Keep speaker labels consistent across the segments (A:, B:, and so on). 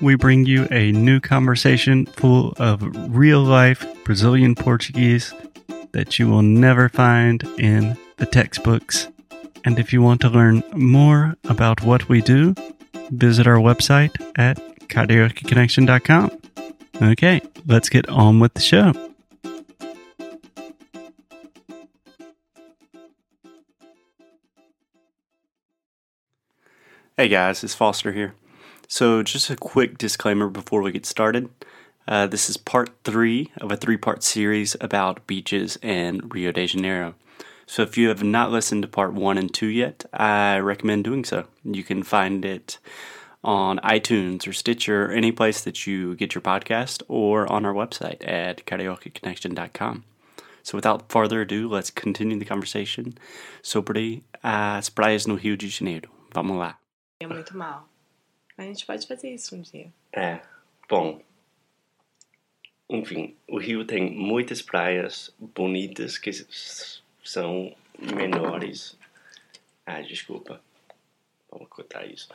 A: we bring you a new conversation full of real life Brazilian Portuguese that you will never find in the textbooks. And if you want to learn more about what we do, visit our website at cariocaconnection.com. Okay, let's get on with the show. Hey guys, it's Foster here. So, just a quick disclaimer before we get started. Uh, this is part three of a three part series about beaches and Rio de Janeiro. So, if you have not listened to part one and two yet, I recommend doing so. You can find it on iTunes or Stitcher or any place that you get your podcast or on our website at karaokeconnection.com. So, without further ado, let's continue the conversation sobre as praias no Rio de Janeiro. Vamos lá.
B: É muito mal. A gente pode fazer isso um dia.
A: É, bom. Enfim, o Rio tem muitas praias bonitas que s- são menores. Ah, desculpa. Vamos cortar isso.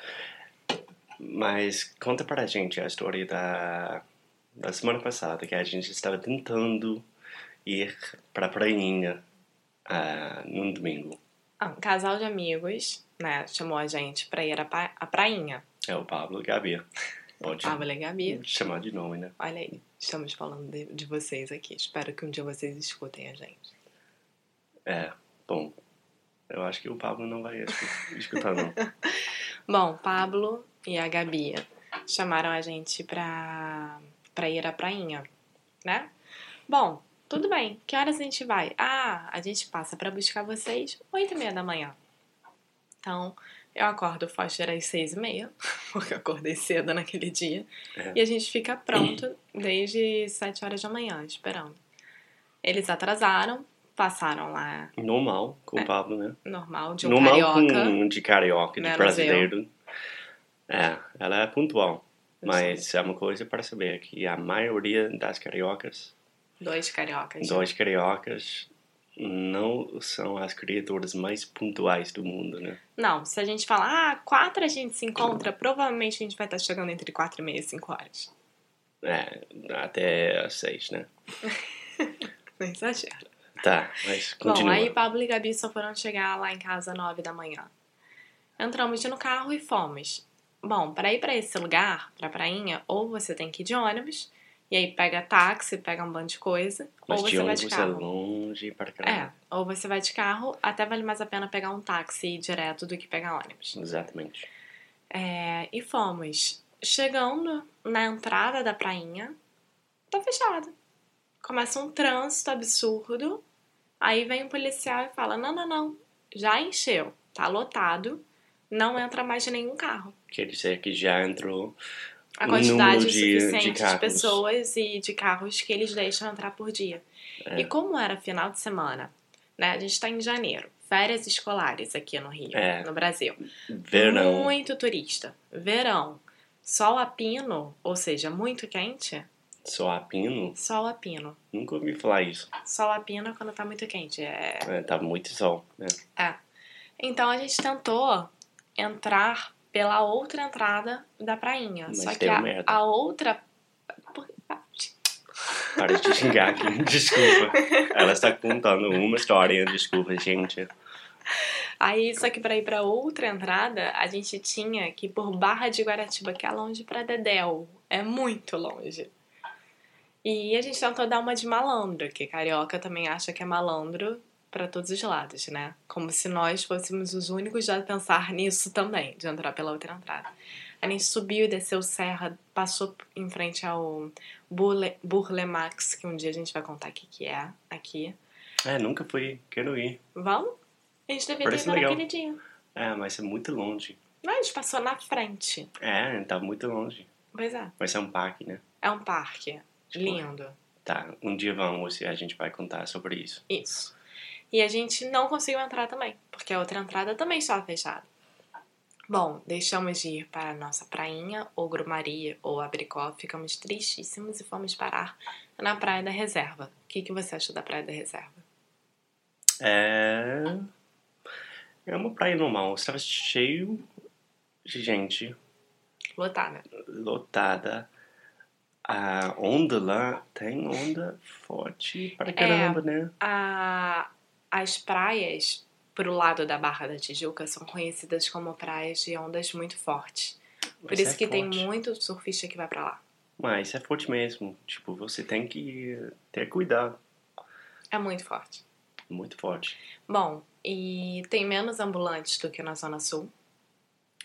A: Mas conta pra gente a história da, da semana passada, que a gente estava tentando ir pra prainha ah, num domingo.
B: Ah, um casal de amigos, né, chamou a gente pra ir à, pa- à prainha.
A: É o Pablo e a Gabi. Pode
B: Pablo e Gabi,
A: chamar de nome, né?
B: olha aí, estamos falando de, de vocês aqui. Espero que um dia vocês escutem a gente.
A: É, bom. Eu acho que o Pablo não vai escu- escutar, não.
B: Bom, Pablo e a Gabi chamaram a gente pra, pra ir à prainha, né? Bom, tudo bem. Que horas a gente vai? Ah, a gente passa pra buscar vocês oito e meia da manhã. Então, eu acordo o Foster às seis e meia, porque eu acordei cedo naquele dia.
A: É.
B: E a gente fica pronto desde sete horas da manhã, esperando. Eles atrasaram, passaram lá,
A: Normal com o
B: É.
A: Pablo, né?
B: normal, de um
A: Normal
B: carioca. Né,
A: com de carioca, de
B: Menos
A: brasileiro. É, ela é pontual. Mas é uma coisa para saber que a maioria das cariocas,
B: Dois cariocas.
A: dois cariocas, não são as criaturas mais pontuais do mundo, né?
B: Não, se a gente falar, ah, quatro a gente se encontra, provavelmente a gente vai estar chegando entre quatro e meia e cinco horas.
A: É, até às seis, né?
B: Não exagero.
A: Tá, mas
B: Bom,
A: continua.
B: aí Pablo e Gabi só foram chegar lá em casa às nove da manhã. Entramos no carro e fomos. Bom, para ir para esse lugar, pra prainha, ou você tem que ir de ônibus, e aí pega táxi, pega um bando de coisa,
A: mas
B: ou
A: de
B: você vai de
A: ônibus é
B: carro.
A: longe né? para
B: É,
A: caramba.
B: ou você vai de carro, até vale mais a pena pegar um táxi e ir direto do que pegar ônibus.
A: Exatamente.
B: É, e fomos. Chegando na entrada da prainha, tá fechada. Começa um trânsito absurdo. Aí vem o policial e fala: Não, não, não. Já encheu. Tá lotado. Não entra mais nenhum carro.
A: Quer dizer que já entrou
B: A
A: O
B: quantidade
A: número de-
B: suficiente
A: de
B: de,
A: carros.
B: pessoas e de carros que eles deixam entrar por dia.
A: É.
B: E como era final de semana, né? A gente tá em janeiro. Férias escolares aqui no Rio,
A: É.
B: no Brasil.
A: verão.
B: Muito turista. Verão. Sol a pino, ou seja, muito quente.
A: Só a pino?
B: Sol a pino.
A: Nunca ouvi falar isso.
B: Sol a pino é quando tá muito quente. É.
A: É, tá muito sol, né?
B: é. Então a gente tentou entrar pela outra entrada da prainha.
A: Mas um
B: só que
A: deu
B: a,
A: merda.
B: a outra. por- ah,
A: Para de xingar aqui, desculpa. Ela está contando uma história, desculpa, gente.
B: Aí, só que pra ir pra outra entrada, a gente tinha que ir por Barra de Guaratiba, que é longe pra Dedéu. É muito longe. E a gente tentou dar uma de malandro, que carioca também acha que é malandro pra todos os lados, né? Como se nós fôssemos os únicos a pensar nisso também, de entrar pela outra entrada. A gente subiu e desceu serra, passou em frente ao Burle, Burlemax, que um dia a gente vai contar o que, que é aqui.
A: É, nunca fui, quero ir.
B: Vamos? A gente devia ter
A: Parece
B: ido
A: legal.
B: naquele dia.
A: É, mas é muito longe.
B: Não, a gente passou na frente.
A: É, tá muito longe.
B: Pois é.
A: Mas é um parque, né?
B: É um parque
A: Tipo,
B: lindo.
C: Tá, um dia vamos e a gente vai contar sobre isso.
B: Isso. E a gente não conseguiu entrar também, porque a outra entrada também estava fechada. Bom, deixamos de ir para a nossa prainha, ou Grumaria, ou Abricó, ficamos tristíssimos e fomos parar na Praia da Reserva. O que, que você achou da Praia da Reserva?
C: É. É uma praia normal. Estava cheio de gente,
B: Lotada.
C: lotada. A onda lá tem onda forte
B: É,
C: pra caramba, né?
B: A, as praias pro lado da Barra da Tijuca são conhecidas como praias de ondas muito fortes. Por
C: Mas
B: isso
C: é
B: que tem
C: forte.
B: muito surfista que vai pra lá.
C: Mas é forte mesmo. Tipo, você tem que ter cuidado.
B: É muito forte.
C: Muito forte.
B: Bom, e tem menos ambulantes do que na Zona Sul.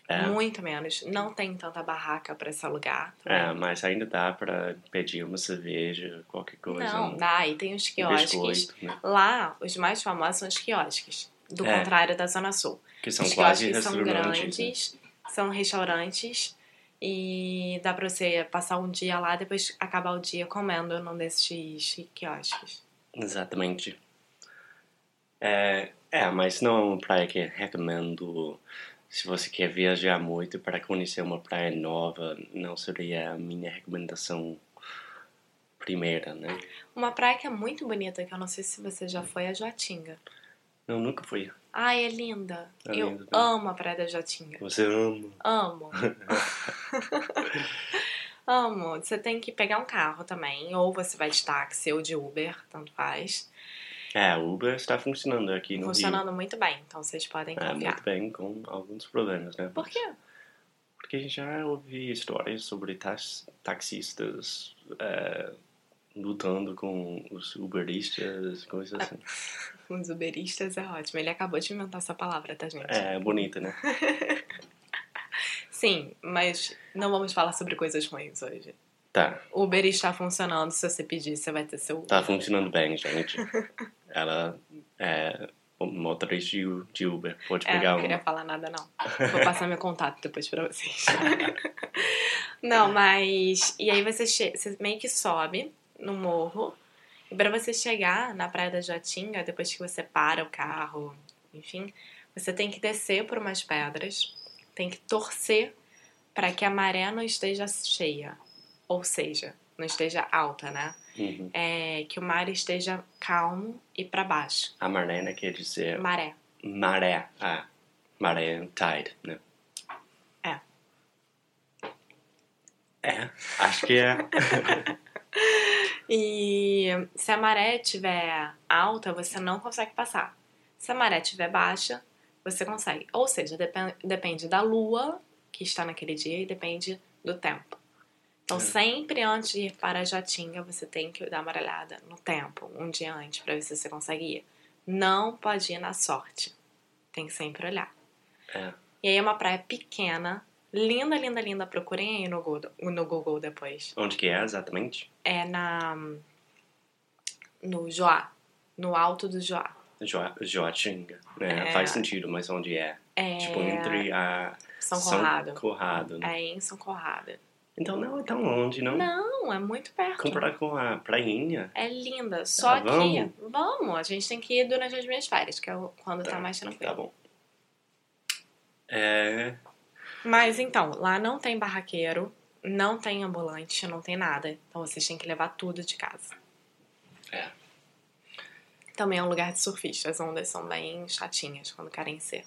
C: É,
B: Muito menos. Não tem tanta barraca pra se alugar.
C: é, mas ainda dá pra pedir uma cerveja, qualquer coisa.
B: Não,
C: um-
B: dá. Ah, E tem os ah,
C: um
B: quiosques.
C: biscoito, né?
B: Lá, os mais famosos são os quiosques. Do
C: É.
B: contrário da Zona Sul.
C: Que são
B: Os
C: quase
B: quiosques são
C: restaurantes. né?
B: grandes, são restaurantes e dá pra você passar um dia lá depois acabar o dia comendo num desses quiosques.
C: Exatamente. É, é, mas não é uma praia que recomendo. Se você quer viajar muito para conhecer uma praia nova, não seria a minha recomendação primeira, né?
B: Uma praia que é muito bonita, que eu não sei se você já foi, é a Joatinga.
C: Eu nunca fui.
B: Ai, é linda.
C: É
B: eu
C: linda, né?
B: amo a praia da Joatinga.
C: Você ama.
B: Amo. Amo. Você tem que pegar um carro também, ou você vai de táxi ou de Uber, tanto faz.
C: É, o Uber está funcionando aqui no
B: Funcionando muito bem, então vocês podem
C: Rio. É, muito
B: confiar.
C: bem, com alguns problemas, né?
B: Por quê?
C: Porque já ouvi histórias sobre tax- taxistas é, lutando com os uberistas, coisas assim.
B: Os uberistas é ótimo. Ele acabou de inventar essa palavra, tá, gente?
C: É, bonita, né?
B: Sim, mas não vamos falar sobre coisas ruins hoje.
C: Tá,
B: O Uber está funcionando. Se você pedir, você vai ter seu.
C: tá funcionando bem, gente. Ela é motorista de U- de Uber. Pode
B: É,
C: pegar
B: não
C: um.
B: queria falar nada, não. Vou passar meu contato depois pra vocês. não, mas. E aí você, che... você meio que sobe no morro. E pra você chegar na Praia da Joatinga, depois que você para o carro, enfim, você tem que descer por umas pedras, tem que torcer pra que a maré não esteja cheia. Ou seja, não esteja alta, né?
C: Uhum.
B: É, que o mar esteja calmo e pra baixo.
C: A maré, né, quer dizer
B: Maré.
C: maré. Ah, maré tide, né?
B: É.
C: É, acho que é.
B: E se a maré estiver alta, você não consegue passar. Se a maré estiver baixa, você consegue. Ou seja, depen- depende da lua que está naquele dia e depende do tempo. Então,
C: É.
B: sempre antes de ir para a Joatinga, você tem que dar uma olhada no tempo, um dia antes, para ver se você consegue ir. Não pode ir na sorte. Tem que sempre olhar.
C: É.
B: E aí é uma praia pequena, linda, linda, linda. Procurem aí no Google, no Google depois
C: Onde que é exatamente?
B: é na no Joá, no alto do Joá.
C: Jo- Joatinga. né?
B: É.
C: Faz sentido, mas onde é?
B: É
C: Tipo, entre a
B: São Conrado.
C: Conrado, né?
B: É em São Conrado.
C: Então não é tão longe, não.
B: Não, é muito perto.
C: Comparar com a prainha,
B: É linda. Só
C: Ah,
B: que
C: vamos?
B: vamos, a gente tem que ir durante as minhas férias, que é o- quando tá, mais tranquilo.
C: tá bom. É,
B: Mas então, lá não tem barraqueiro, não tem ambulante, não tem nada. Então vocês têm que levar tudo de casa.
C: É.
B: Também é um lugar de surfistas, as ondas são bem chatinhas quando querem ser.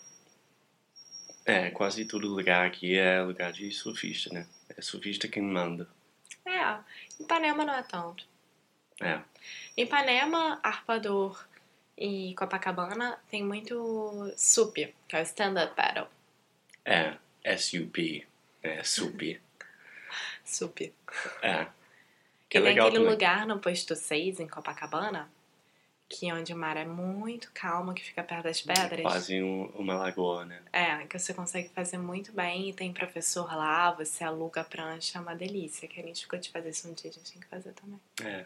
C: é, quase todo lugar aqui é lugar de surfista, né? É surfista quem manda.
B: É, Ipanema não é tanto.
C: É,
B: Ipanema, Arpador e Copacabana tem muito SUP, que é o Stand-Up Paddle.
C: é, SUP, é, SUP,
B: SUP.
C: é.
B: e
C: Que
B: tem
C: é legal
B: aquele
C: também.
B: lugar no posto 6, em Copacabana, que é onde o mar é muito calmo, que fica perto das pedras.
C: Hum, Quase um- uma lagoa, né?
B: É, que você consegue fazer muito bem e tem professor lá, você aluga a prancha, é uma delícia. Que a gente ficou de fazer isso um dia, a gente tem que fazer também.
C: É,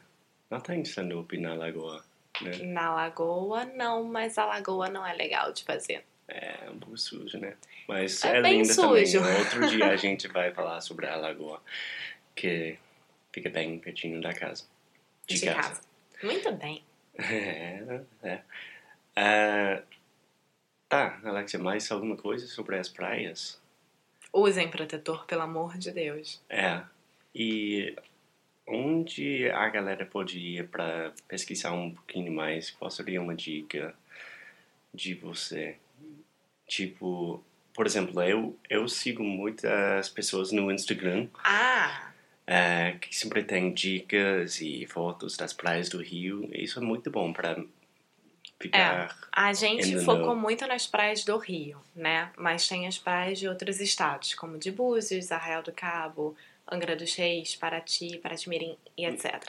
C: não tem stand-up na lagoa, né?
B: Na lagoa, não, mas a lagoa não é legal de fazer.
C: É um pouco sujo, né? Mas
B: É
C: é,
B: bem
C: linda
B: sujo.
C: também. Outro dia a gente vai falar sobre a lagoa, que fica bem pertinho da casa.
B: de, casa. Muito bem.
C: É, é. Ah, tá, Alexia, mais alguma coisa sobre as praias?
B: Usem protetor, pelo amor de Deus.
C: É. E onde a galera pode ir para pesquisar um pouquinho mais? Qual seria uma dica de você? Tipo, por exemplo, eu, eu sigo muitas pessoas no Instagram
B: Ah,
C: é, que sempre tem dicas e fotos das praias do Rio. Isso é muito bom para ficar.
B: a gente
C: Ainda
B: focou
C: não.
B: muito nas praias do Rio, né? Mas tem as praias de outros estados, como de Búzios, Arraial do Cabo, Angra dos Reis, Paraty, Paratimirim e
C: Hum.
B: etc.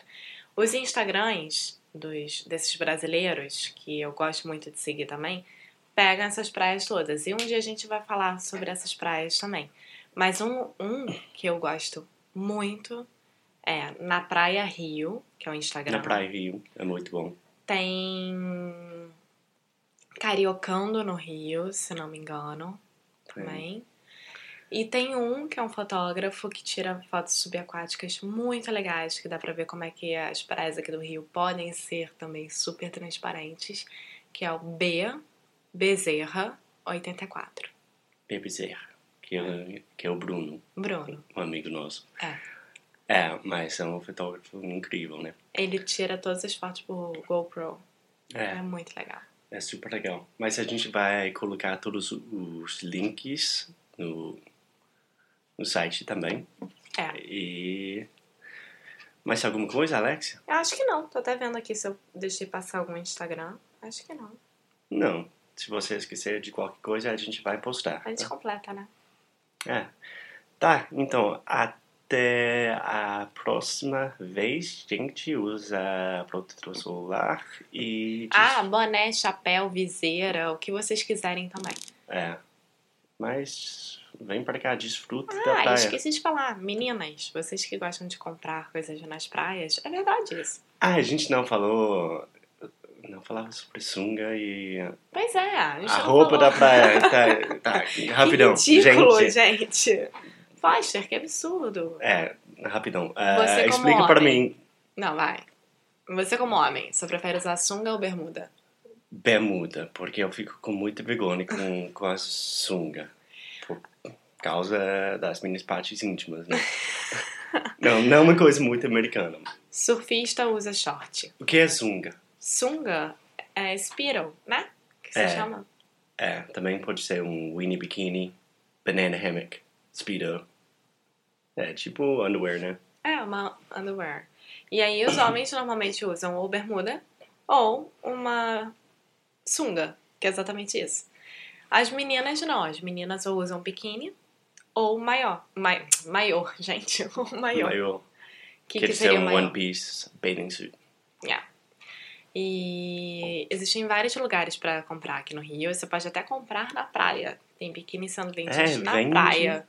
B: Os Instagrams dos, desses brasileiros, que eu gosto muito de seguir também, pegam essas praias todas. E um dia a gente vai falar sobre essas praias também. Mas um, um que eu gosto muito é na Praia Rio, que é o Instagram.
C: Na praia Rio é muito bom.
B: Tem Cariocando no Rio, se não me engano, também. E tem um que é um fotógrafo que tira fotos subaquáticas muito legais, que dá pra ver como é que as praias aqui do Rio podem ser também super transparentes, que é o B Bezerra 84.
C: Bem Bezerra, que, é- que é o Bruno,
B: Bruno,
C: um amigo nosso.
B: É.
C: É, mas é um fotógrafo incrível, né?
B: ele tira todas as fotos por GoPro. É muito legal.
C: É super legal. Mas a gente vai colocar todos os links no, no site também.
B: É.
C: E. Mais alguma coisa, Alexia?
B: Eu acho que não. Tô até vendo aqui se eu deixei passar algum Instagram. Acho que não.
C: Não. Se você esquecer de qualquer coisa, a gente vai postar.
B: A gente completa, né?
C: É. Tá, então, até a próxima vez, gente. Usa protetor solar e.
B: Ah, boné, chapéu, viseira, o que vocês quiserem também.
C: É. Mas vem pra cá, desfruta da
B: Ah,
C: é praia.
B: esqueci de falar, meninas, vocês que gostam de comprar coisas nas praias, é verdade isso.
C: Ah, a gente não falou. Não falava sobre sunga e.
B: Pois é, a, gente
C: a
B: não
C: roupa
B: falou.
C: da praia. Tá, tá, rapidão.
B: Que ridículo,
C: gente.
B: gente. Foster, que absurdo.
C: É, rapidão. Ah,
B: Você como
C: explica pra
B: homem.
C: mim.
B: Não, vai. Você como homem, você prefere usar sunga ou bermuda?
C: Bermuda, porque eu fico com muito vergonha com, com a sunga. Por causa das minhas partes íntimas, né? não, não é uma coisa muito americana.
B: Surfista usa short.
C: O que é sunga?
B: Sunga é spiral, né? Que se
C: É.
B: chama?
C: É, também pode ser um weenie bikini, banana hammock, speedo. É, tipo underwear, né?
B: É, uma underwear. E aí os homens normalmente usam ou bermuda ou uma sunga, que é exatamente isso. As meninas não, as meninas ou usam biquíni ou maior. Mai, maior, gente, ou maior.
C: Maior.
B: Que,
C: Quer
B: que
C: dizer
B: seria
C: um One
B: maior.
C: Piece bathing suit.
B: E existem vários lugares pra comprar aqui no Rio. Você pode até comprar na praia. Tem biquíni sendo vendidos
C: É,
B: na
C: vende.
B: praia.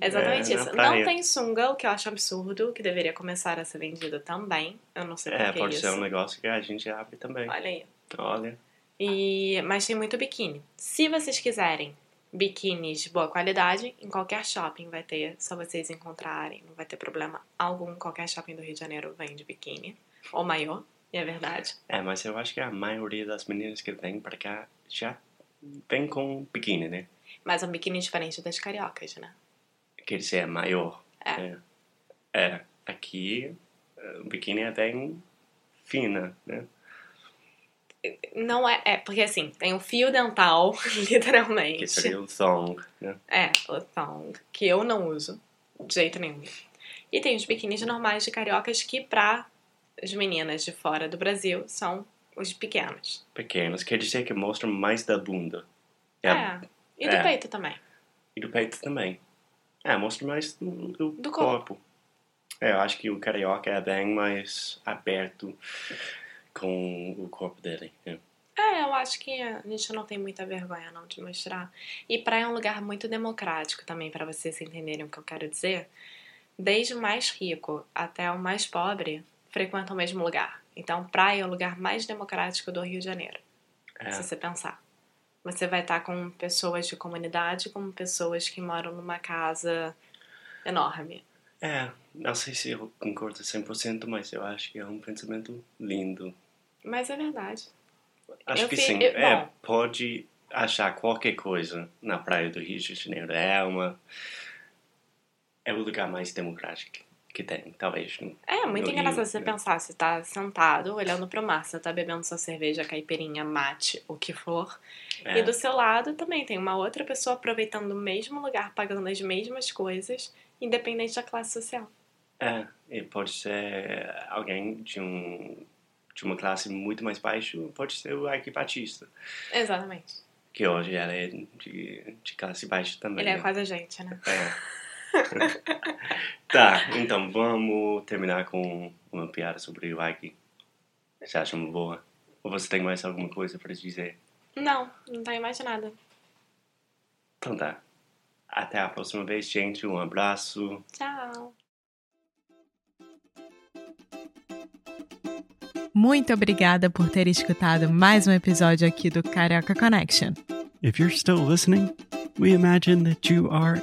B: Exatamente
C: É, na
B: isso. Não
C: praia.
B: tem sunga, o que eu acho absurdo, que deveria começar a ser vendido também. Eu não sei por
C: É,
B: que
C: pode
B: isso.
C: ser um negócio que a gente abre também. Então,
B: Olha aí.
C: Olha.
B: E, mas tem muito biquíni. Se vocês quiserem biquínis de boa qualidade, em qualquer shopping vai ter, só vocês encontrarem, não vai ter problema algum. Qualquer shopping do Rio de Janeiro vende biquíni, ou maior, e é verdade.
C: É, mas eu acho que a maioria das meninas que vem pra cá já vem com biquíni, né?
B: Mas é um biquíni diferente das cariocas, né?
C: Quer dizer, é maior.
B: É.
C: É. É, Aqui, eh, o biquíni é bem fina, né?
B: Não é, é, porque assim, tem um fio dental, literalmente.
C: Que seria o thong, né?
B: É, o thong, que eu não uso de jeito nenhum. E tem os biquínis normais de cariocas que, pra as meninas de fora do Brasil, são os pequenos.
C: Pequenos. Quer dizer que mostra mais da bunda.
B: É. E do
C: É.
B: peito também.
C: E do peito também. É, mostra mais do, do
B: Do corpo.
C: corpo. É, eu acho que o carioca é bem mais aberto com o corpo dele. É.
B: É, eu acho que a gente não tem muita vergonha não de mostrar. E praia é um lugar muito democrático também, pra vocês entenderem o que eu quero dizer. Desde o mais rico até o mais pobre frequentam o mesmo lugar. Então, praia é o lugar mais democrático do Rio de Janeiro,
C: É.
B: se você pensar. Você vai estar com pessoas de comunidade, como pessoas que moram numa casa enorme.
C: É, não sei se eu concordo 100%, mas eu acho que é um pensamento lindo.
B: Mas é verdade.
C: Acho
B: Eu
C: que
B: fi-
C: sim.
B: eu-
C: é,
B: bom.
C: pode achar qualquer coisa na praia do Rio de Janeiro. É uma. É o lugar mais democrático que tem, talvez. no-
B: É muito
C: no
B: engraçado
C: Rio,
B: você
C: né?
B: pensar, você tá sentado olhando pro mar, você tá bebendo sua cerveja, caipirinha, mate, o que for.
C: É,
B: E do seu lado também tem uma outra pessoa aproveitando o mesmo lugar, pagando as mesmas coisas, independente da classe social.
C: é, e pode ser alguém de um de uma classe muito mais baixa, pode ser o Ike Batista,
B: Exatamente.
C: que hoje ela é de, de classe baixa também.
B: Ele é
C: né?
B: quase a gente, né?
C: É. tá, então vamos terminar com uma piada sobre o Ike. Você acha uma boa? Ou você tem mais alguma coisa para dizer?
B: Não, não tá imaginada.
C: Então tá. Até a próxima vez, gente. Um abraço.
B: Tchau.
D: Muito obrigada por ter escutado mais um episódio aqui do Carioca Connection.
A: If you're still listening, we imagine that you are